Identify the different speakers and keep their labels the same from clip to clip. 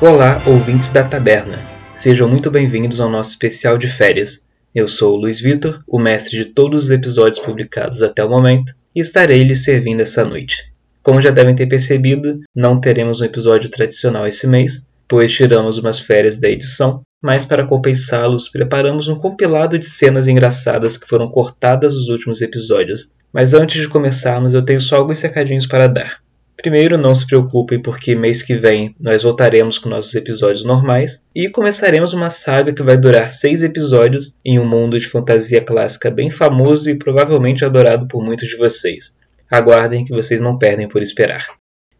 Speaker 1: Olá, ouvintes da Taberna. Sejam muito bem-vindos ao nosso especial de férias. Eu sou o Luiz Vitor, o mestre de todos os episódios publicados até o momento, e estarei lhes servindo essa noite. Como já devem ter percebido, não teremos um episódio tradicional esse mês, pois tiramos umas férias da edição, mas para compensá-los, preparamos um compilado de cenas engraçadas que foram cortadas dos últimos episódios. Mas antes de começarmos, eu tenho só alguns recadinhos para dar. Primeiro, não se preocupem, porque mês que vem nós voltaremos com nossos episódios normais e começaremos uma saga que vai durar seis episódios em um mundo de fantasia clássica bem famoso e provavelmente adorado por muitos de vocês. Aguardem que vocês não perdem por esperar.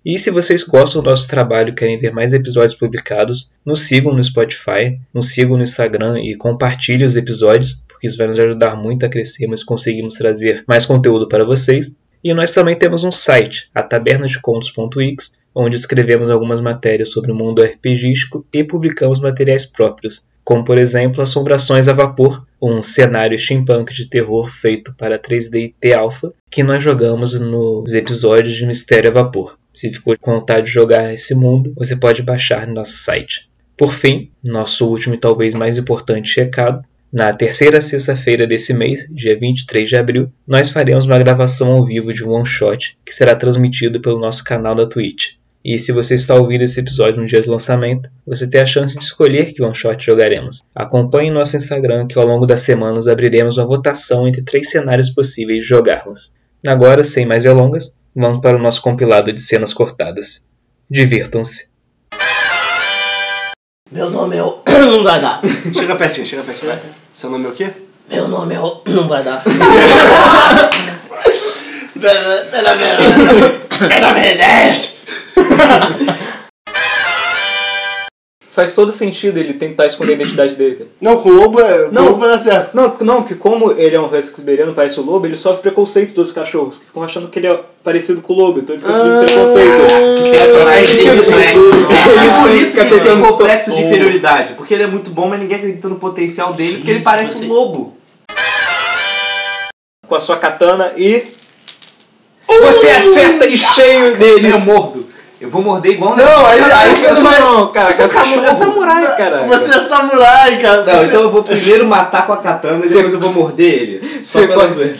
Speaker 1: E se vocês gostam do nosso trabalho e querem ver mais episódios publicados, nos sigam no Spotify, nos sigam no Instagram e compartilhem os episódios, porque isso vai nos ajudar muito a crescermos e conseguirmos trazer mais conteúdo para vocês. E nós também temos um site, a tabernadecontos.x, onde escrevemos algumas matérias sobre o mundo RPGístico e publicamos materiais próprios, como por exemplo Assombrações a Vapor, um cenário steampunk de terror feito para 3D e T Alpha, que nós jogamos nos episódios de Mistério a Vapor. Se ficou com vontade de jogar esse mundo, você pode baixar no nosso site. Por fim, nosso último e talvez mais importante recado, na terceira sexta-feira desse mês, dia 23 de abril, nós faremos uma gravação ao vivo de um one shot que será transmitido pelo nosso canal da Twitch. E se você está ouvindo esse episódio no dia de lançamento, você tem a chance de escolher que one shot jogaremos. Acompanhe nosso Instagram que ao longo das semanas abriremos uma votação entre três cenários possíveis de jogarmos. Agora, sem mais delongas, vamos para o nosso compilado de cenas cortadas. Divirtam-se.
Speaker 2: Meu nome é o. Não vai dar.
Speaker 3: Chega pertinho, chega pertinho. Seu nome é o quê?
Speaker 2: Meu nome é o. Não vai dar. Meu nome é 10.
Speaker 4: Faz todo sentido ele tentar esconder a identidade dele. cara.
Speaker 3: Não, com o lobo é. Com
Speaker 4: Não.
Speaker 3: o lobo vai dar certo.
Speaker 4: Não, não, que como ele é um husky siberiano, parece o lobo, ele sofre preconceito dos cachorros, que ficam achando que ele é parecido com o lobo, então ele fica
Speaker 3: Ah.
Speaker 4: sofrendo preconceito.
Speaker 5: Personagem
Speaker 4: É isso,
Speaker 5: complexo.
Speaker 4: é isso,
Speaker 5: Por
Speaker 4: é isso
Speaker 5: né? isso
Speaker 4: que
Speaker 5: que ele tem um
Speaker 4: tentando-
Speaker 5: complexo de inferioridade. Porque ele é muito bom, mas ninguém acredita no potencial dele, porque ele parece um lobo.
Speaker 4: Com a sua katana e. Você acerta e cheio dele.
Speaker 5: Uh! Eu mordo. Eu vou morder igual um
Speaker 3: Não, aí, aí você
Speaker 4: Não,
Speaker 3: vai.
Speaker 4: não, cara,
Speaker 5: sou
Speaker 4: é samu-
Speaker 5: cachorro.
Speaker 4: é samurai, cara.
Speaker 3: Você é samurai, cara.
Speaker 5: Não,
Speaker 3: Você-
Speaker 5: então eu vou primeiro matar com a katana e depois eu vou morder ele. Só
Speaker 4: Você
Speaker 5: pela
Speaker 4: pode-
Speaker 5: zoeira.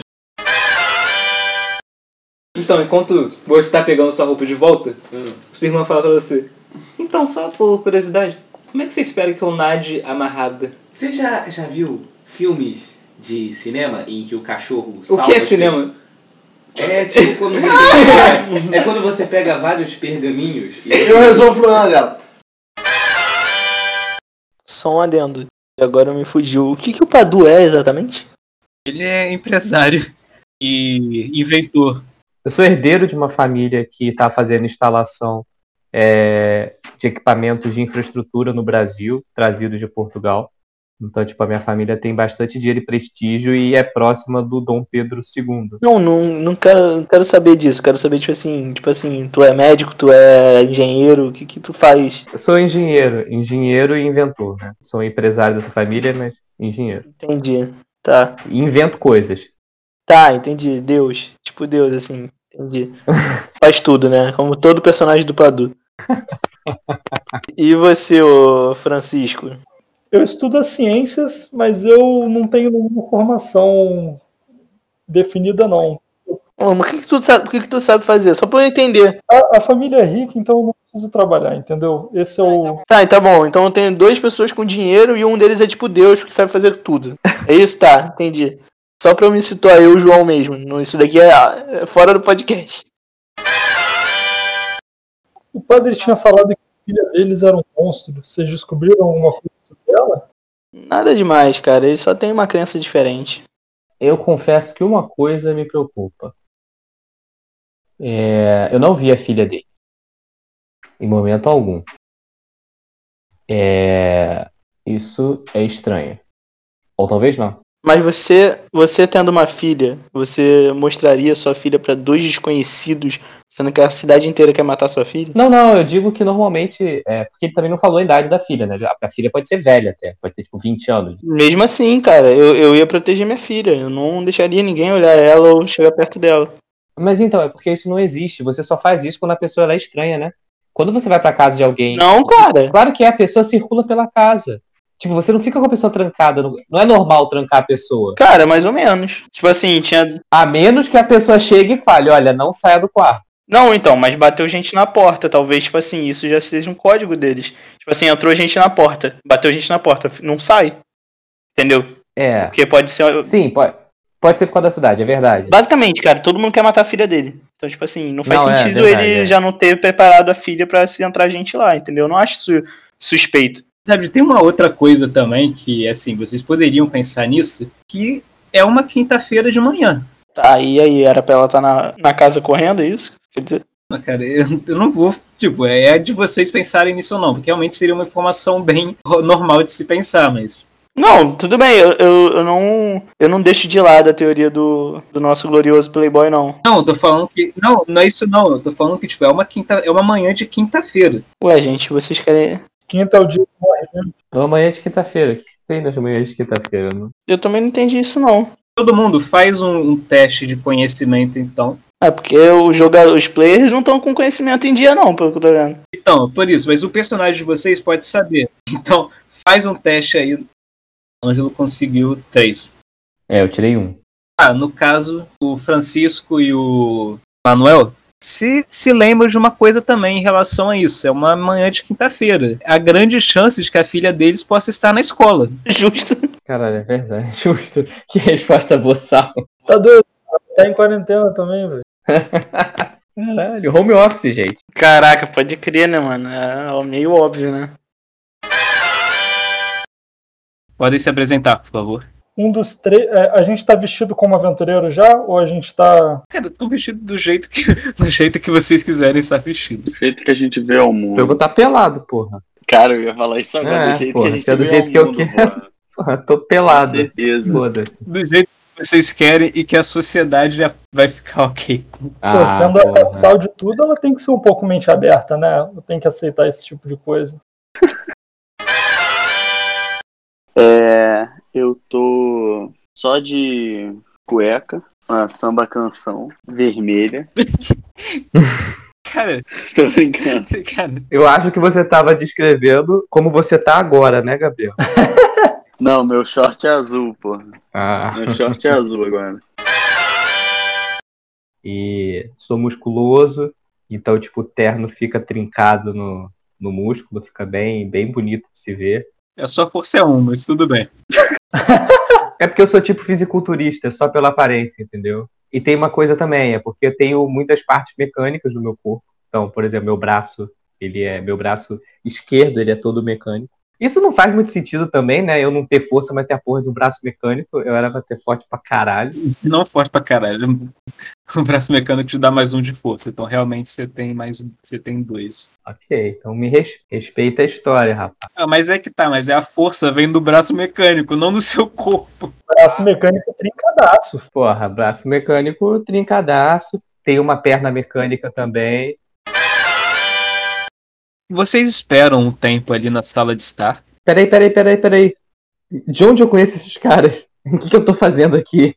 Speaker 4: Então, enquanto você tá pegando sua roupa de volta,
Speaker 6: Hum.
Speaker 4: sua irmã fala pra você. Então, só por curiosidade, como é que você espera que eu nade amarrada?
Speaker 5: Você já, já viu filmes de cinema em que o cachorro
Speaker 4: O
Speaker 5: salva
Speaker 4: que é
Speaker 5: as
Speaker 4: cinema?
Speaker 5: pessoas? É tipo quando você pega, é quando você pega vários pergaminhos e
Speaker 3: Eu resolvo o problema dela.
Speaker 7: Só um adendo. E agora me fugiu. O que, que o Padu é exatamente?
Speaker 6: Ele é empresário e inventor.
Speaker 8: Eu sou herdeiro de uma família que está fazendo instalação é, de equipamentos de infraestrutura no Brasil, trazidos de Portugal. Então, tipo, a minha família tem bastante dinheiro e prestígio e é próxima do Dom Pedro II.
Speaker 7: Não, não, não, quero, não quero saber disso. Quero saber, tipo assim, tipo assim, tu é médico, tu é engenheiro, o que, que tu faz?
Speaker 8: Eu sou engenheiro, engenheiro e inventor, né? Sou empresário dessa família, mas engenheiro.
Speaker 7: Entendi. Tá.
Speaker 8: E invento coisas.
Speaker 7: Tá, entendi. Deus. Tipo Deus, assim. Entendi. faz tudo, né? Como todo personagem do Padu. e você, ô Francisco?
Speaker 9: Eu estudo as ciências, mas eu não tenho nenhuma formação definida, não.
Speaker 7: Ô, mas o que, que, tu sabe, o que, que tu sabe fazer? Só pra eu entender.
Speaker 9: A, a família é rica, então eu não preciso trabalhar, entendeu? Esse é o.
Speaker 7: Tá, e tá bom. Então eu tenho duas pessoas com dinheiro e um deles é tipo Deus, que sabe fazer tudo. É isso, tá, entendi. Só pra eu me situar, eu e o João mesmo. Não, Isso daqui é é fora do podcast.
Speaker 9: O padre tinha falado que a filha deles era um monstro. Vocês descobriram alguma coisa sobre ela?
Speaker 7: Nada demais, cara. Ele só tem uma crença diferente.
Speaker 8: Eu confesso que uma coisa me preocupa. É, eu não vi a filha dele. Em momento algum. É, isso é estranho. Ou talvez não.
Speaker 7: Mas você, você tendo uma filha, você mostraria sua filha pra dois desconhecidos, sendo que a cidade inteira quer matar sua filha?
Speaker 8: Não, não, eu digo que normalmente. É, porque ele também não falou a idade da filha, né? A, a filha pode ser velha até, pode ter tipo 20 anos.
Speaker 7: Mesmo assim, cara, eu, eu ia proteger minha filha. Eu não deixaria ninguém olhar ela ou chegar perto dela.
Speaker 8: Mas então, é porque isso não existe. Você só faz isso quando a pessoa ela é estranha, né? Quando você vai pra casa de alguém.
Speaker 7: Não, cara.
Speaker 8: Claro que é, a pessoa circula pela casa. Tipo, você não fica com a pessoa trancada. no- Não é normal trancar a pessoa.
Speaker 7: Cara, mais ou menos. Tipo assim, tinha.
Speaker 8: A menos que a pessoa chegue e fale: olha, não saia do quarto.
Speaker 7: Não, então, mas bateu gente na porta. Talvez, tipo assim, isso já seja um código deles. Tipo assim, entrou gente na porta. Bateu gente na porta. Não sai. Entendeu?
Speaker 8: É.
Speaker 7: Porque pode ser.
Speaker 8: Sim, pode, pode ser por causa da cidade, é verdade.
Speaker 7: Basicamente, cara, todo mundo quer matar a filha dele. Então, tipo assim, não faz
Speaker 8: Não, é,
Speaker 7: sentido
Speaker 8: verdade,
Speaker 7: ele
Speaker 8: é.
Speaker 7: já não ter preparado a filha pra se entrar gente lá, entendeu? Eu não acho isso suspeito.
Speaker 6: Sabe, tem uma outra coisa também que, assim, vocês poderiam pensar nisso, que é uma quinta-feira de manhã.
Speaker 7: Tá, e aí, era pra ela estar na, na casa correndo, é isso? Quer dizer,
Speaker 6: Mas, Ah, Cara, eu, eu não vou, tipo, é de vocês pensarem nisso ou não, porque realmente seria uma informação bem ro- normal de se pensar, mas...
Speaker 7: não, tudo bem, eu, eu, eu não eu não deixo de lado a teoria do, do nosso glorioso Playboy, não.
Speaker 6: Não, eu tô falando que... Não, não é isso não, eu tô falando que, tipo, é uma quinta... É uma manhã de quinta-feira.
Speaker 7: Ué, gente, vocês querem.
Speaker 9: Quinta é o dia.
Speaker 8: É uma manhã de quinta-feira. O que tem nas manhãs de quinta-feira? não?
Speaker 7: Eu também não entendi isso, não.
Speaker 6: Todo mundo faz um, um teste de conhecimento, então.
Speaker 7: É porque os jogadores, os players não estão com conhecimento em dia, não, pelo que eu tô vendo.
Speaker 6: Então, por isso, mas o personagem de vocês pode saber. Então, faz um teste aí. Ângelo conseguiu três.
Speaker 8: É, eu tirei um.
Speaker 6: Ah, no caso, o Francisco e o Manuel se, se lembram de uma coisa também em relação a isso. É uma manhã de quinta-feira. Há grandes chances que a filha deles possa estar na escola.
Speaker 7: Justo.
Speaker 8: Caralho, é verdade. Justo. Que resposta boçal.
Speaker 9: Tá doido? Tá em quarentena também, velho.
Speaker 8: Caralho, home office, gente.
Speaker 7: Caraca, pode crer, né, mano? É meio óbvio, né?
Speaker 6: Podem se apresentar, por favor.
Speaker 9: Um dos três. é, a gente tá vestido como aventureiro já? Ou a gente tá.
Speaker 6: Cara, eu tô vestido do jeito que, do jeito que vocês quiserem estar vestidos.
Speaker 10: Do jeito que a gente vê ao
Speaker 8: Eu
Speaker 10: mundo.
Speaker 8: vou estar pelado, porra.
Speaker 10: Cara, eu ia falar isso agora,
Speaker 8: É,
Speaker 10: do jeito
Speaker 8: porra,
Speaker 10: que a gente
Speaker 8: se é do
Speaker 10: vê
Speaker 8: jeito
Speaker 10: ao
Speaker 8: que eu
Speaker 10: mundo,
Speaker 8: quero.
Speaker 10: mano.
Speaker 8: Porra, tô
Speaker 10: Com
Speaker 8: pelado.
Speaker 10: certeza.
Speaker 8: Foda-se.
Speaker 6: Do jeito que vocês querem e que a sociedade já vai ficar ok.
Speaker 9: Pô,
Speaker 8: Ah,
Speaker 9: sendo a capital de tudo, ela tem que ser um pouco mente aberta, né? Ela Tem que aceitar esse tipo de coisa.
Speaker 10: É, eu tô só de cueca, uma samba canção vermelha.
Speaker 6: Cara,
Speaker 10: Tô brincando.
Speaker 6: cara,
Speaker 8: Eu acho que você tava descrevendo como você tá agora, né, Gabriel?
Speaker 10: Não, meu short é azul, pô.
Speaker 8: Ah.
Speaker 10: Meu short é azul agora.
Speaker 8: E sou musculoso, então, tipo, o terno fica trincado no, no músculo, fica bem, bem bonito de se ver.
Speaker 6: a sua força é um, mas tudo bem.
Speaker 8: É porque eu sou tipo fisiculturista, só pela aparência, entendeu? E tem uma coisa também, é porque eu tenho muitas partes mecânicas do meu corpo. Então, por exemplo, meu braço, ele é meu braço esquerdo, ele é todo mecânico. Isso não faz muito sentido também, né? Eu não ter força, mas ter a porra de um braço mecânico. Eu era pra ter forte pra caralho.
Speaker 6: Não forte pra caralho. O braço mecânico te dá mais um de força, então realmente você tem mais. Você tem dois.
Speaker 8: Ok, então me res- respeita a história, rapaz.
Speaker 6: Ah, mas é que tá, mas é a força vem do braço mecânico, não do seu corpo.
Speaker 9: Braço
Speaker 7: Ah.
Speaker 9: mecânico é trincadaço.
Speaker 8: Porra, braço mecânico, trincadaço. Tem uma perna mecânica também.
Speaker 6: Vocês esperam um tempo ali na sala de estar.
Speaker 8: Peraí, peraí, peraí, peraí. De onde eu conheço esses caras? O que, que eu tô fazendo aqui?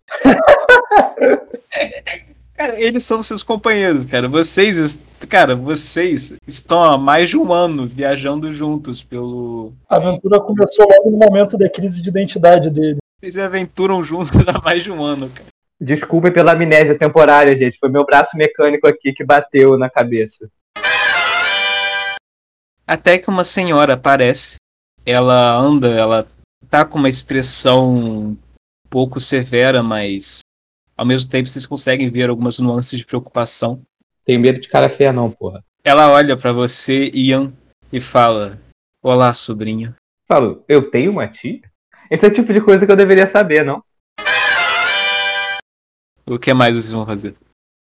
Speaker 6: Cara, eles são seus companheiros, cara. Vocês. est- Cara, vocês estão há mais de um ano viajando juntos pelo.
Speaker 9: A aventura começou logo no momento da crise de identidade dele.
Speaker 6: Vocês se aventuram juntos há mais de um ano, cara.
Speaker 8: Desculpem pela amnésia temporária, gente. Foi meu braço mecânico aqui que bateu na cabeça.
Speaker 6: Até que uma senhora aparece. Ela anda, ela tá com uma expressão um pouco severa, mas ao mesmo tempo vocês conseguem ver algumas nuances de preocupação.
Speaker 8: Tenho medo de cara feia, não, porra.
Speaker 6: Ela olha pra você, Ian, e fala: Olá, sobrinho.
Speaker 8: Falo, eu tenho uma tia? Esse é o tipo de coisa que eu deveria saber, não?
Speaker 6: O que mais vocês vão fazer?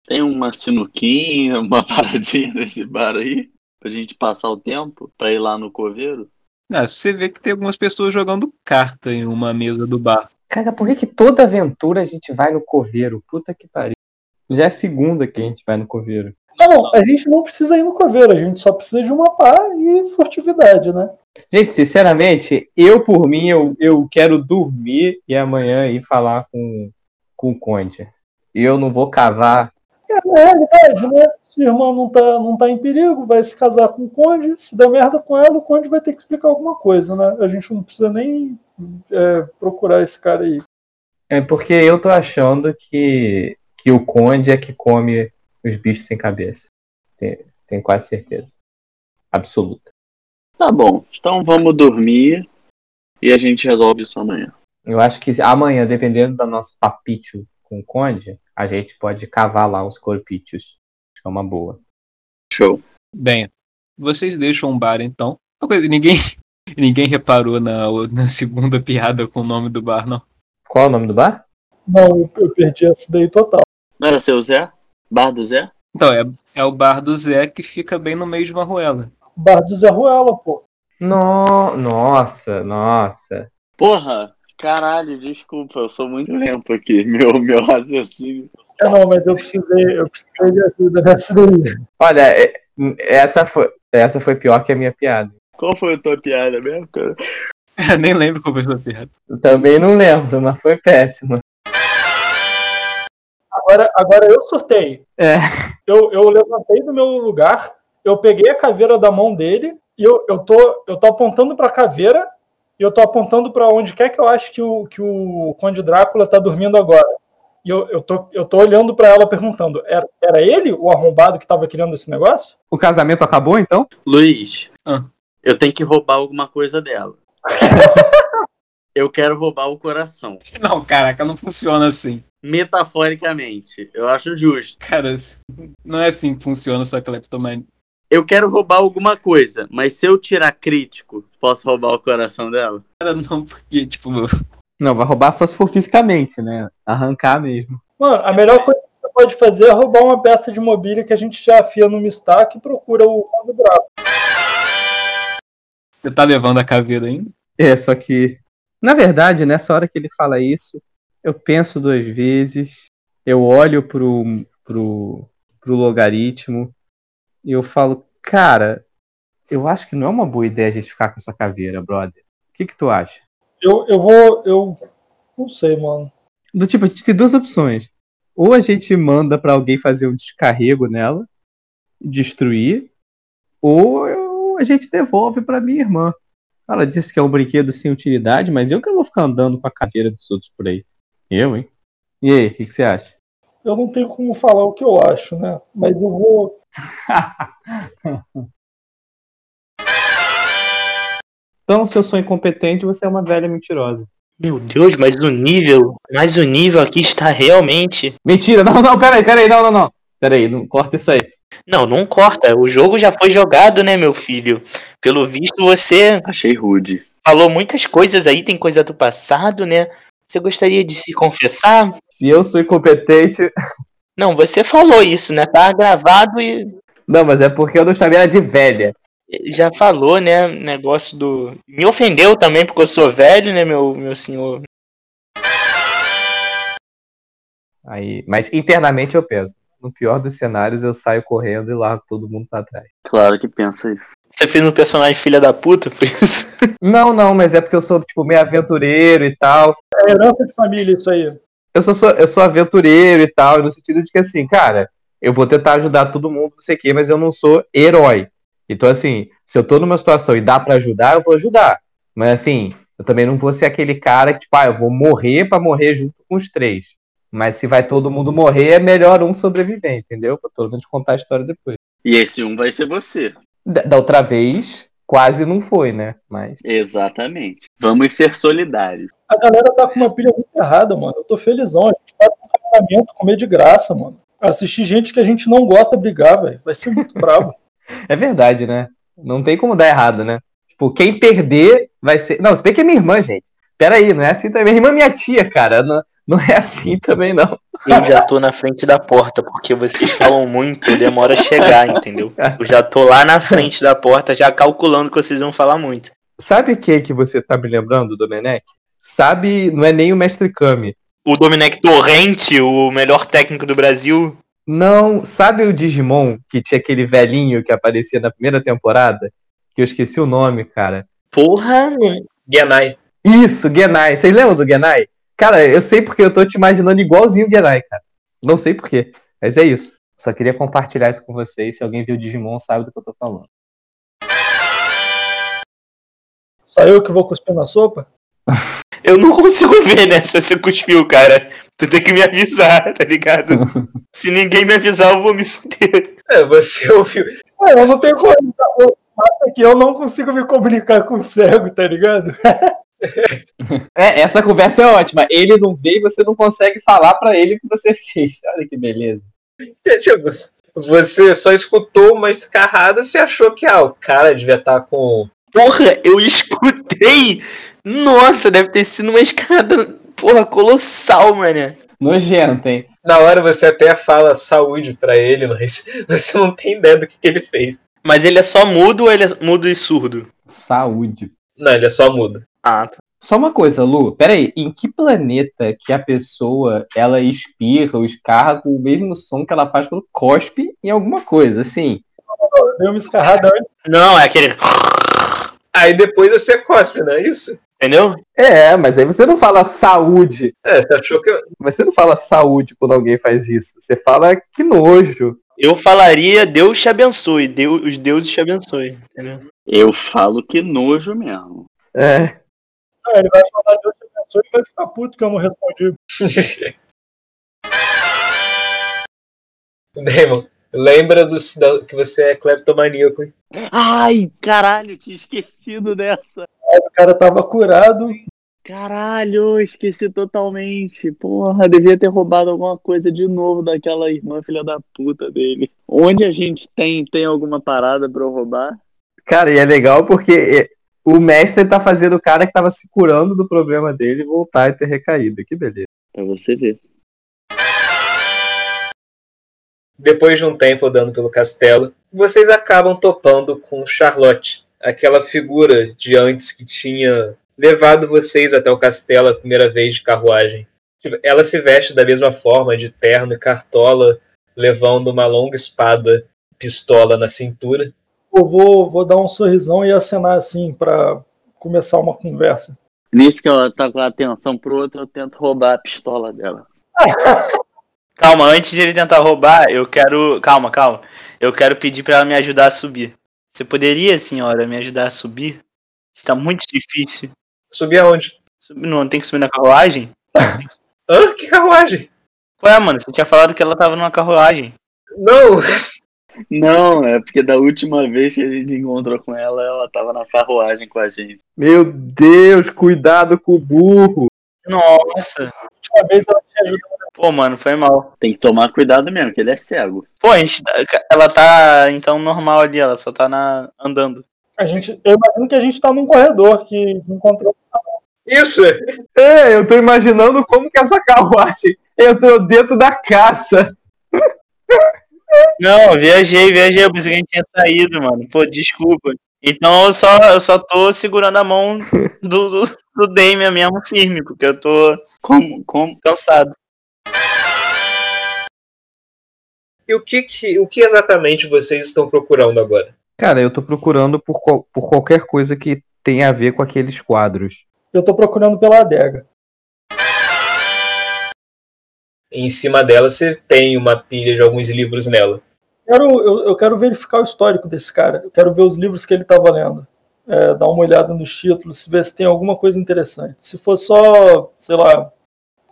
Speaker 10: Tem uma sinuquinha, uma paradinha nesse bar aí, pra gente passar o tempo, pra ir lá no coveiro.
Speaker 6: Ah, você vê que tem algumas pessoas jogando carta em uma mesa do bar.
Speaker 8: Cara, por que, que toda aventura a gente vai no coveiro? Puta que pariu. Já é segunda que a gente vai no coveiro.
Speaker 9: Não, a gente não precisa ir no coveiro, a gente só precisa de uma pá e furtividade, né?
Speaker 8: Gente, sinceramente, eu por mim, eu, eu quero dormir e amanhã ir falar com, com o Conde. E eu não vou cavar
Speaker 9: É, na é realidade, né? sua irmã não tá, não tá em perigo, vai se casar com o conde, se der merda com ela, o conde vai ter que explicar alguma coisa, né? A gente não precisa nem é, procurar esse cara aí.
Speaker 8: É porque eu tô achando que, que o Conde é que come os bichos sem cabeça. Tenho, tenho quase certeza. Absoluta.
Speaker 10: Tá bom, então vamos dormir e a gente resolve isso amanhã.
Speaker 8: Eu acho que amanhã, dependendo do nosso papítio com o Conde, a gente pode cavar lá uns corpítios. Acho que é uma boa.
Speaker 10: Show.
Speaker 6: Bem, vocês deixam um bar então. Uma coisa, ninguém, ninguém reparou na, na segunda piada com o nome do bar, não.
Speaker 8: Qual é o nome do bar?
Speaker 9: Não, eu- eu perdi essa daí total.
Speaker 10: Não era seu Zé? Bar do Zé?
Speaker 6: Então, é, é o bar do Zé que fica bem no meio de uma ruela.
Speaker 9: Bar do Zé Ruela, pô.
Speaker 8: No... Nossa, nossa.
Speaker 10: Porra! Caralho, desculpa, eu sou muito lento aqui. Meu, meu raciocínio.
Speaker 9: É, não, mas eu precisei, eu precisei de ajuda nessa daí.
Speaker 8: Olha, é- essa foi, essa foi pior que a minha piada.
Speaker 10: Qual foi a tua piada mesmo, cara?
Speaker 6: Eu nem lembro qual foi a sua piada.
Speaker 8: Eu também não lembro, mas foi péssima.
Speaker 9: Agora, agora eu sorteio.
Speaker 8: É.
Speaker 9: eu, eu levantei do meu lugar, eu peguei a caveira da mão dele e eu, eu, tô, eu tô apontando pra caveira e eu tô apontando pra onde quer que eu acho que o, que o Conde Drácula tá dormindo agora. E eu, eu, tô, eu tô olhando pra ela perguntando: era, era ele o arrombado que tava criando esse negócio?
Speaker 8: O casamento acabou então?
Speaker 10: Luiz,
Speaker 6: Ah.
Speaker 10: eu tenho que roubar alguma coisa dela. eu quero roubar o coração.
Speaker 6: Não, caraca, não funciona assim.
Speaker 10: Metaforicamente, eu acho justo.
Speaker 6: Cara, não é assim que funciona sua cleptomania.
Speaker 10: Eu quero roubar alguma coisa, mas se eu tirar crítico, posso roubar o coração dela?
Speaker 6: Cara, não, porque, tipo,
Speaker 8: Não, vai roubar só se for fisicamente, né? Arrancar mesmo.
Speaker 9: Mano, a melhor coisa que você pode fazer é roubar uma peça de mobília que a gente já afia no Mistaque e procura o Conde Drácula.
Speaker 6: você tá levando a caveira ainda?
Speaker 8: É, só que. Na verdade, nessa hora que ele fala isso, eu penso duas vezes, eu olho pro, pro, pro logaritmo e eu falo, cara, eu acho que não é uma boa ideia a gente ficar com essa caveira, brother. O que, que tu acha?
Speaker 9: Eu, eu vou. Eu não sei, mano.
Speaker 8: Do tipo, a gente tem duas opções. Ou a gente manda pra alguém fazer um descarrego nela, destruir, ou eu- a gente devolve pra minha irmã. Ela disse que é um brinquedo sem utilidade, mas eu que não vou ficar andando com a caveira dos outros por aí. Eu, hein? E aí, o que, que você acha?
Speaker 9: Eu não tenho como falar o que eu acho, né? Mas eu vou.
Speaker 8: Então, se eu sou incompetente, você é uma velha mentirosa.
Speaker 7: Meu Deus, mas o nível. Mas o nível aqui está realmente.
Speaker 8: Mentira! Não, não, peraí, peraí, não, não, não. Peraí, não corta isso aí.
Speaker 7: Não, não corta. O jogo já foi jogado, né, meu filho? Pelo visto, você
Speaker 10: Achei rude.
Speaker 7: falou muitas coisas aí, tem coisa do passado, né? Você gostaria de se confessar?
Speaker 8: Se eu sou incompetente.
Speaker 7: Não, você falou isso, né? Tá gravado e
Speaker 8: Não, mas é porque eu não chamei ela de velha.
Speaker 7: já falou, né? Negócio do. Me ofendeu também porque eu sou velho, né, meu, meu senhor?
Speaker 8: Aí, mas internamente eu penso. No pior dos cenários, eu saio correndo e largo todo mundo pra trás.
Speaker 10: Claro que pensa isso.
Speaker 7: Você fez um personagem filha da puta, por isso.
Speaker 8: Não, não, mas é porque eu sou, tipo, meio aventureiro e tal.
Speaker 9: É herança de família isso aí.
Speaker 8: Eu sou, sou- eu sou aventureiro e tal, no sentido de que, assim, cara, eu vou tentar ajudar todo mundo, não sei o quê, mas eu não sou herói. Então, assim, se eu tô numa situação e dá pra ajudar, eu vou ajudar. Mas, assim, eu também não vou ser aquele cara que, tipo, ah, eu vou morrer pra morrer junto com os três. Mas se vai todo mundo morrer, é melhor um sobreviver, entendeu? Pra pelo menos contar a história depois.
Speaker 10: E esse um vai ser você.
Speaker 8: Da, da outra vez, quase não foi, né? Mas.
Speaker 10: Exatamente. Vamos ser solidários.
Speaker 9: A galera tá com uma pilha muito errada, mano. Eu tô felizão. A gente vai pro casamento comer de graça, mano. Assistir gente que a gente não gosta brigar, velho. Vai ser muito bravo.
Speaker 8: É verdade, né? Não tem como dar errado, né? Tipo, quem perder vai ser. Não, se bem que é minha irmã, gente. Pera aí, não é assim também. Minha irmã é minha tia, cara. Não, não é assim também, não.
Speaker 7: Eu já tô na frente da porta, porque vocês falam muito, eu demoro a chegar, entendeu? Eu já tô lá na frente da porta, já calculando que vocês vão falar muito.
Speaker 8: Sabe quem que você tá me lembrando, Domenech? Sabe, não é nem o Mestre Kami.
Speaker 7: O Dominec Torrente, o melhor técnico do Brasil.
Speaker 8: Não, sabe o Digimon que tinha aquele velhinho que aparecia na primeira temporada? Que eu esqueci o nome, cara.
Speaker 7: Porra, né?
Speaker 1: Genai,
Speaker 8: Isso, Genai. Vocês lembram do Genai? Cara, eu sei porque eu tô te imaginando igualzinho o Genai, cara. Não sei porquê, mas é isso. Só queria compartilhar isso com vocês. Se alguém viu Digimon, sabe do que eu tô falando.
Speaker 9: Só eu que vou cuspir na sopa?
Speaker 7: Eu não consigo ver, né? Se você cuspiu, cara. Tu tem que me avisar, tá ligado? Se ninguém me avisar, eu vou me fuder.
Speaker 1: É, você ouviu.
Speaker 9: É, eu não tenho como. tá? O fato é que eu não consigo me comunicar com o cego, tá ligado?
Speaker 8: É, essa conversa é ótima. Ele não vê e você não consegue falar pra ele o que você fez. Olha que beleza.
Speaker 1: Tipo, você só escutou uma escarrada e você achou que ah, o cara devia estar com.
Speaker 7: Porra, eu escutei! Nossa, deve ter sido uma escada, porra, colossal, mané.
Speaker 8: Nojento, hein?
Speaker 1: Na hora você até fala saúde tá? pra ele, mas você não tem ideia do que, que ele fez.
Speaker 7: Mas ele é só mudo ou ele é mudo e surdo?
Speaker 8: Saúde.
Speaker 1: Não, ele é só mudo.
Speaker 7: Ah, tá.
Speaker 8: Só uma coisa, Lu, peraí, em que planeta que a pessoa ela espirra ou escarra com o mesmo som que ela faz quando cospe em alguma coisa, assim?
Speaker 9: Deu uma escarrada antes.
Speaker 7: Não, é aquele.
Speaker 1: Aí depois você cospe, não é isso?
Speaker 7: Entendeu?
Speaker 8: É, mas aí você não fala saúde,
Speaker 1: É, você achou que.
Speaker 8: você não fala saúde quando alguém faz isso, você fala que nojo.
Speaker 7: Eu falaria Deus te abençoe, Deus, os deuses te abençoe. Entendeu?
Speaker 10: Eu falo que nojo mesmo.
Speaker 8: É,
Speaker 9: Não, ele vai falar de outra pessoa e vai ficar puto que eu não respondi.
Speaker 1: Damon, lembra do, da- que você é cleptomaníaco, hein?
Speaker 10: Ai, caralho, tinha esquecido dessa.
Speaker 9: O cara tava curado.
Speaker 10: Caralho, esqueci totalmente. Porra, devia ter roubado alguma coisa de novo daquela irmã filha da puta dele. Onde a gente tem, tem alguma parada pra eu roubar?
Speaker 8: cara, e é legal porque é, o mestre tá fazendo o cara que tava se curando do problema dele voltar e ter recaído, que beleza.
Speaker 10: Pra você ver.
Speaker 1: Depois de um tempo andando pelo castelo, vocês acabam topando com Charlotte, aquela figura de antes que tinha levado vocês até o castelo a primeira vez de carruagem. Tipo, Ela se veste da mesma forma, de terno e cartola, levando uma longa espada, pistola na cintura.
Speaker 9: Eu vou, vou dar um sorrisão e acenar assim pra começar uma conversa.
Speaker 10: Nisso que ela tá com a atenção pro outro, eu tento roubar a pistola dela.
Speaker 7: Calma, antes de ele tentar roubar, eu quero. Calma, calma. Eu quero pedir pra ela me ajudar a subir. Você poderia, senhora, me ajudar a subir? Está muito difícil.
Speaker 1: Subir aonde?
Speaker 7: Subir, não, tem que subir na carruagem?
Speaker 1: Hã? Que carruagem?
Speaker 7: Ué, mano, você tinha falado que ela tava numa carruagem.
Speaker 1: Não!
Speaker 10: Não, é porque da última vez que a gente encontrou com ela, ela tava na carruagem com a gente.
Speaker 8: Meu Deus, cuidado com o burro.
Speaker 7: Nossa.
Speaker 9: Uma vez ela tinha ajudado.
Speaker 7: Pô, mano, foi mal.
Speaker 10: Tem que tomar cuidado mesmo, que ele é cego.
Speaker 7: Pô, a gente, ela tá então normal ali, ela só tá na, andando.
Speaker 9: A gente, eu imagino que a gente tá num corredor que encontrou.
Speaker 1: Isso!
Speaker 8: É, eu tô imaginando como que essa carruagem entrou dentro da caça.
Speaker 7: Não, viajei, viajei, eu pensei que a gente tinha saído, mano. Pô, desculpa. Então eu só, eu só tô segurando a mão do, do, do Damien mesmo firme, porque eu tô
Speaker 10: Como, como,
Speaker 7: cansado.
Speaker 1: E o que, que, o que exatamente vocês estão procurando agora?
Speaker 8: Cara, eu tô procurando por, qual- por qualquer coisa que tenha a ver com aqueles quadros.
Speaker 9: Eu tô procurando pela adega.
Speaker 1: Em cima dela você tem uma pilha de alguns livros nela.
Speaker 9: Quero, eu, eu quero verificar o histórico desse cara. Eu quero ver os livros que ele tava lendo. É, dar uma olhada nos títulos, se ver se tem alguma coisa interessante. Se for só, sei lá,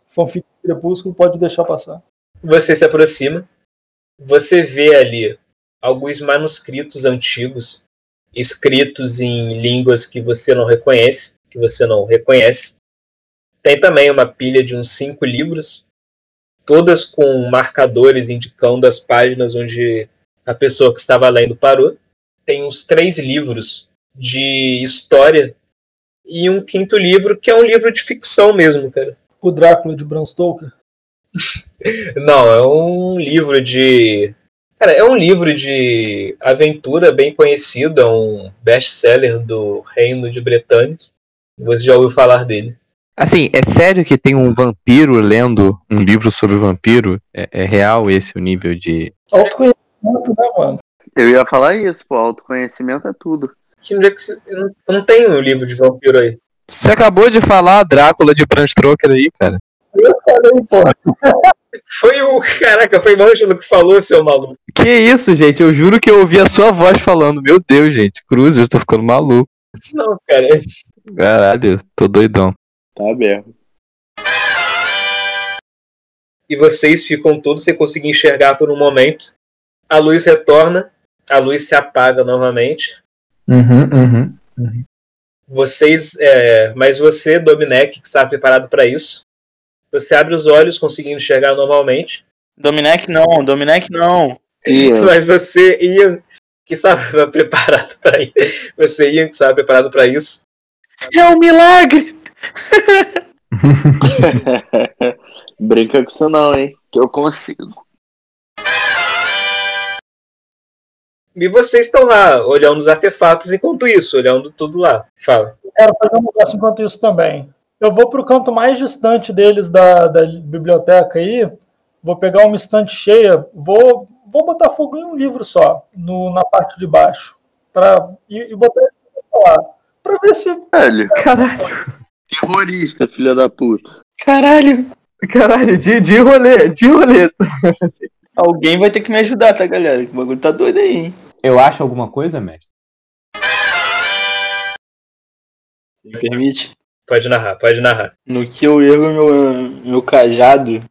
Speaker 9: fanfic de crepúsculo, pode deixar passar.
Speaker 1: Você se aproxima, você vê ali alguns manuscritos antigos, escritos em línguas que você não reconhece, que você não reconhece. Tem também uma pilha de uns cinco livros, todas com marcadores indicando as páginas onde a pessoa que estava lendo parou. Tem uns três livros de história e um quinto livro que é um livro de ficção mesmo, cara.
Speaker 9: O Drácula de Bram Stoker.
Speaker 1: Não, é um livro de. Cara, é um livro de aventura bem conhecido, é um best-seller do Reino de Bretanha. Você já ouviu falar dele.
Speaker 8: Assim, é sério que tem um vampiro lendo um livro sobre vampiro? É, é real esse o nível de.
Speaker 9: Autoconhecimento, né, mano?
Speaker 10: Eu ia falar isso, pô. Autoconhecimento é tudo.
Speaker 1: Que onde é que se- eu não- eu não tenho um livro de vampiro aí.
Speaker 8: Você acabou de falar Drácula de Bram Stoker aí, cara.
Speaker 9: Eu falei, porra.
Speaker 1: Foi o. Caraca, foi o Ângelo que falou, seu maluco.
Speaker 11: Que isso, gente? Eu juro que eu ouvi a sua voz falando. Meu Deus, gente. Cruz, eu tô ficando maluco.
Speaker 1: Não, cara.
Speaker 11: Caralho, tô doidão.
Speaker 10: Tá aberto.
Speaker 1: E vocês ficam todos sem conseguir enxergar por um momento. A luz retorna, a luz se apaga novamente.
Speaker 8: Uhum, uhum.
Speaker 1: Vocês, é, mas você, Dominec, que está preparado para isso, você abre os olhos conseguindo enxergar normalmente,
Speaker 7: Dominec não, Dominec não.
Speaker 10: é.
Speaker 1: mas você, Ian, que estava preparado para isso, você, Ian, que estava preparado para isso,
Speaker 7: É um milagre!
Speaker 10: Brinca com isso não, hein? Que eu consigo.
Speaker 1: e vocês estão lá, olhando os artefatos enquanto isso, olhando tudo lá. Fala.
Speaker 9: Quero fazer um negócio enquanto isso também. Eu vou pro canto mais distante deles da, da biblioteca aí, vou pegar uma estante cheia, vou, vou botar fogo em um livro só, no, na parte de baixo, pra, e, e botar ele lá, pra ver se...
Speaker 10: Velho,
Speaker 11: Caralho,
Speaker 10: terrorista, filha da puta.
Speaker 7: Caralho!
Speaker 11: caralho, de, de rolê, de rolê.
Speaker 7: Alguém vai ter que me ajudar, tá, galera? O bagulho tá doido aí, hein?
Speaker 8: Eu acho alguma coisa, mestre?
Speaker 7: Me permite?
Speaker 1: Pode narrar, pode narrar.
Speaker 7: No que eu ergo meu, meu cajado,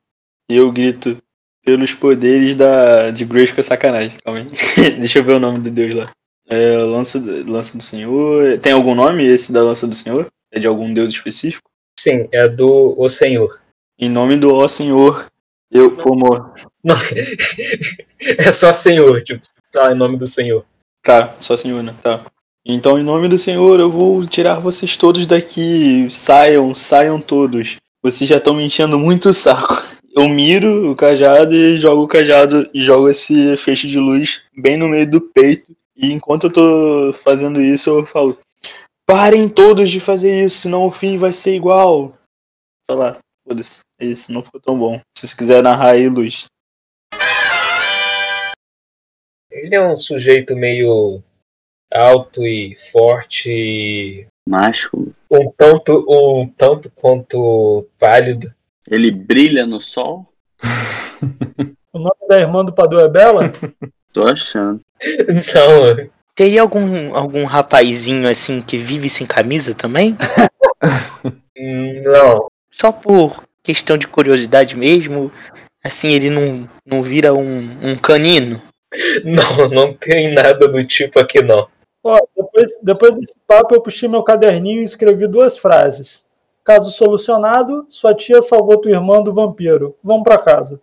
Speaker 7: eu grito pelos poderes da, de Grace com sacanagem. Calma aí. Deixa eu ver o nome do deus lá. É, lança, do- lança do Senhor. Tem algum nome esse da Lança do Senhor? É de algum deus específico?
Speaker 1: Sim, é do O Senhor.
Speaker 7: Em nome do Ó Senhor, eu como.
Speaker 1: Não, é só Senhor, tipo, tá em nome do Senhor.
Speaker 7: Tá, só Senhor, né? Tá. Então, em nome do Senhor, eu vou tirar vocês todos daqui. Saiam, saiam todos. Vocês já estão me enchendo muito o saco. Eu miro o cajado e jogo o cajado e jogo esse feixe de luz bem no meio do peito. E enquanto eu tô fazendo isso, eu falo: Parem todos de fazer isso, senão o fim vai ser igual. Sei lá, foda-se. É Isso não ficou tão bom. Se você quiser narrar aí, luz.
Speaker 1: Ele é um sujeito meio alto e forte e
Speaker 10: Macho.
Speaker 1: um tanto, um tanto quanto pálido.
Speaker 10: Ele brilha no sol?
Speaker 9: O nome da irmã do Padu é Bela?
Speaker 10: Tô achando.
Speaker 1: Não,
Speaker 2: Teria algum, algum rapazinho assim que vive sem camisa também?
Speaker 1: não.
Speaker 2: Só por questão de curiosidade mesmo. Assim ele não, não vira um, um canino.
Speaker 1: Não, não tem nada do tipo aqui não.
Speaker 9: Ó, depois, depois desse papo, eu puxei meu caderninho e escrevi duas frases. Caso solucionado, sua tia salvou tua irmã do vampiro. Vamos pra casa.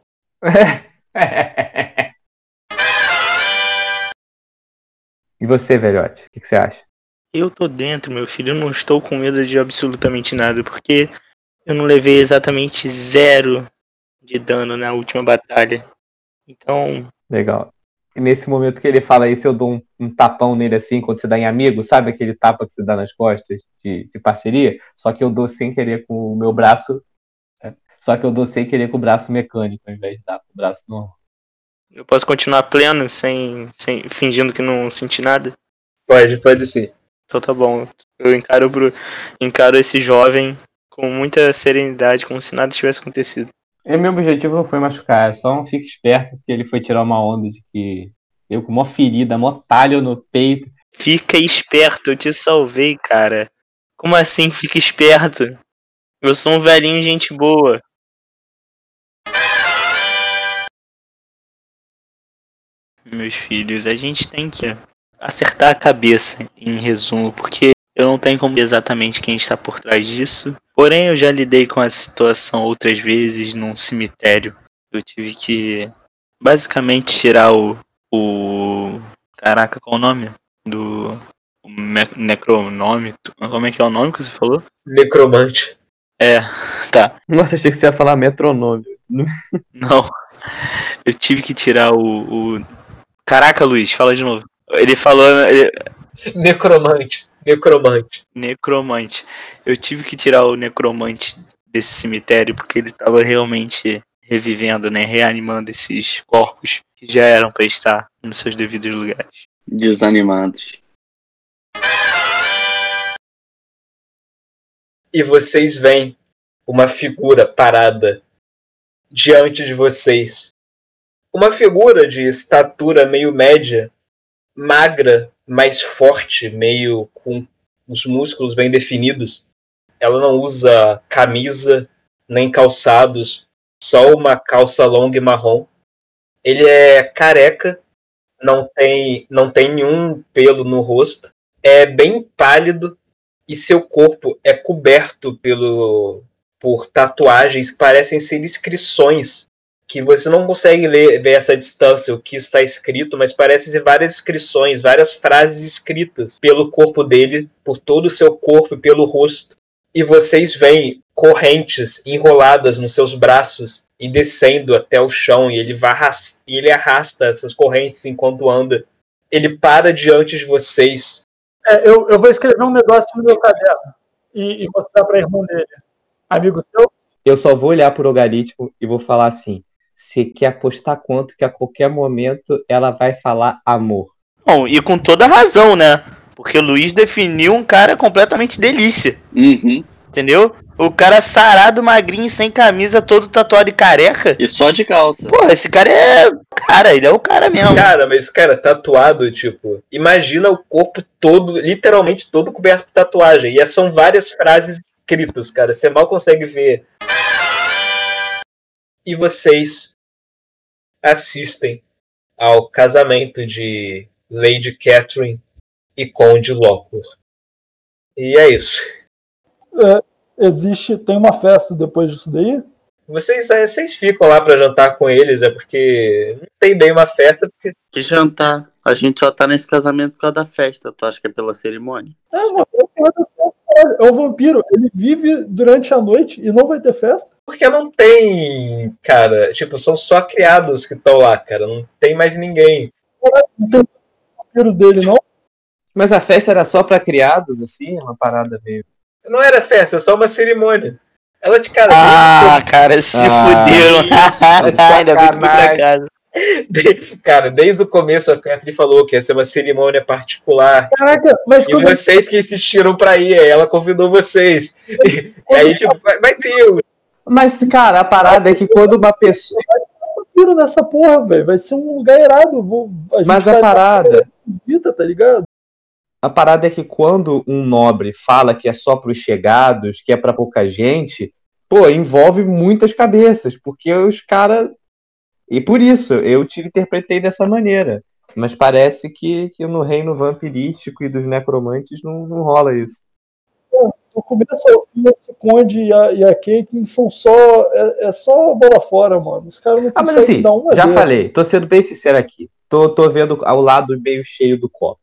Speaker 8: E você, velhote? O que, que você acha?
Speaker 2: Eu tô dentro, meu filho. Eu não estou com medo de absolutamente nada, porque eu não levei exatamente zero de dano na última batalha. Então,
Speaker 8: Legal. E nesse momento que ele fala isso, eu dou um, um tapão nele assim, quando você dá em amigo, sabe aquele tapa que você dá nas costas de, de parceria? Só que eu dou sem querer com o meu braço. é, Só que eu dou sem querer com o braço mecânico, ao invés de dar com o braço normal.
Speaker 7: Eu posso continuar pleno, sem, sem fingindo que não senti nada?
Speaker 1: Pode, pode sim.
Speaker 7: Então tá bom. Eu encaro, o Bru- encaro esse jovem com muita serenidade, como se nada tivesse acontecido.
Speaker 8: E meu objetivo não foi machucar, é só um fique esperto, porque ele foi tirar uma onda de que eu com mó ferida, mó talho no peito.
Speaker 7: Fica esperto, eu te salvei, cara. Como assim fica esperto? Eu sou um velhinho, gente boa. Meus filhos, a gente tem que acertar a cabeça, em resumo, porque eu não tenho como ver exatamente quem está por trás disso. Porém, eu já lidei com a situação outras vezes num cemitério. Eu tive que basicamente tirar o. o. Caraca, qual o nome? Do. O me- necronômico. Como é que é o nome que você falou?
Speaker 1: Necromante.
Speaker 7: É, tá.
Speaker 11: Nossa, achei que você ia falar metronome.
Speaker 7: Não. Eu tive que tirar o. o- Caraca, Luiz, fala de novo. Ele falou. ele-
Speaker 1: Necromante. Necromante.
Speaker 7: Necromante. Eu tive que tirar o necromante desse cemitério porque ele tava realmente revivendo, né? Reanimando esses corpos que já eram pra estar nos seus devidos lugares.
Speaker 10: Desanimados.
Speaker 1: E vocês veem uma figura parada
Speaker 6: diante de vocês. Uma figura de estatura meio média, magra, mais forte, meio com os músculos bem definidos. Ela não usa camisa nem calçados, só uma calça longa e marrom. Ele é careca, não tem, não tem nenhum pelo no rosto, é bem pálido e seu corpo é coberto pelo por tatuagens que parecem ser inscrições que você não consegue ler ver essa distância o que está escrito, mas parecem ser várias inscrições, várias frases escritas pelo corpo dele, por todo o seu corpo e pelo rosto. E vocês veem correntes enroladas nos seus braços e descendo até o chão e ele vai arras- e ele arrasta essas correntes enquanto anda. Ele para diante de vocês.
Speaker 9: É, eu, eu vou escrever um negócio no meu caderno e, e mostrar pra irmã dele. Amigo seu?
Speaker 8: Eu só vou olhar pro logaritmo e vou falar assim: você quer apostar quanto que a qualquer momento ela vai falar amor?
Speaker 7: Bom, e com toda razão, né? Porque o Luiz definiu um cara completamente delícia. Entendeu? O cara sarado, magrinho, sem camisa, todo tatuado e careca.
Speaker 5: E só de calça.
Speaker 7: Porra, esse cara é. Cara, ele é o cara mesmo.
Speaker 6: Cara, mas cara, tatuado, tipo, imagina o corpo todo, literalmente todo coberto por tatuagem. E é, são várias frases escritas, cara. Você mal consegue ver. E vocês assistem ao casamento de Lady Catherine e Conde Lockwood. E é isso.
Speaker 9: É, existe, tem uma festa depois disso daí?
Speaker 6: Vocês, é, vocês ficam lá pra jantar com eles, é porque não tem bem uma festa, porque
Speaker 5: Que jantar. A gente só tá nesse casamento por causa da festa, tu acha que é pela cerimônia?
Speaker 9: É, mano, é o vampiro, ele vive durante a noite e não vai ter festa?
Speaker 6: Porque não tem, cara. Tipo, são só criados que estão lá, cara. Não tem mais ninguém.
Speaker 9: Não tem vampiros dele, não?
Speaker 8: Mas a festa era só pra criados, assim? Uma parada meio.
Speaker 6: Não era festa, é só uma cerimônia. Ela de cara.
Speaker 7: Ah, cara, se
Speaker 6: Ah,
Speaker 7: fuderam.
Speaker 6: isso, é
Speaker 7: Ainda bem que fui pra
Speaker 6: sacanagem.
Speaker 7: casa.
Speaker 6: de- Cara, desde o começo a Catherine falou que ia ser uma cerimônia particular.
Speaker 9: Caraca, mas é
Speaker 6: E vocês que insistiram pra ir, aí ela convidou vocês. E aí, tipo, vai, vai ter. o-
Speaker 8: Mas, cara, a parada é que quando uma pessoa.
Speaker 9: Vampiro nessa porra, velho. Vai ser um lugar irado. eu Vou, a gente
Speaker 8: Mas a
Speaker 9: vai-
Speaker 8: parada.
Speaker 9: Visita, tá ligado?
Speaker 8: A parada é que quando um nobre fala que é só pros chegados, que é pra pouca gente, pô, envolve muitas cabeças, porque os caras. E por isso, eu te interpretei dessa maneira. Mas parece que, que no reino vampirístico e dos necromantes não, não rola isso.
Speaker 9: Pô, do começo ao fim, esse Conde e a, e a Caitlyn são só. É, é só bola fora, mano. Os caras não
Speaker 8: Ah, mas
Speaker 9: conseguem
Speaker 8: assim,
Speaker 9: dar uma
Speaker 8: já
Speaker 9: dele.
Speaker 8: falei, tô sendo bem sincero aqui. Tô, tô vendo ao lado meio cheio do copo.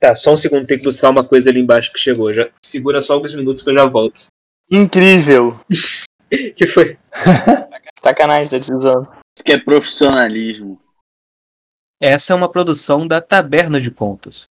Speaker 6: Tá, só um segundo, tem que buscar uma coisa ali embaixo que chegou. Já segura só alguns minutos que eu já volto.
Speaker 7: Incrível.
Speaker 6: que foi?
Speaker 7: Sacanagem, tá deslizando.
Speaker 5: Isso que é profissionalismo.
Speaker 1: Essa é uma produção da Taberna de Contos.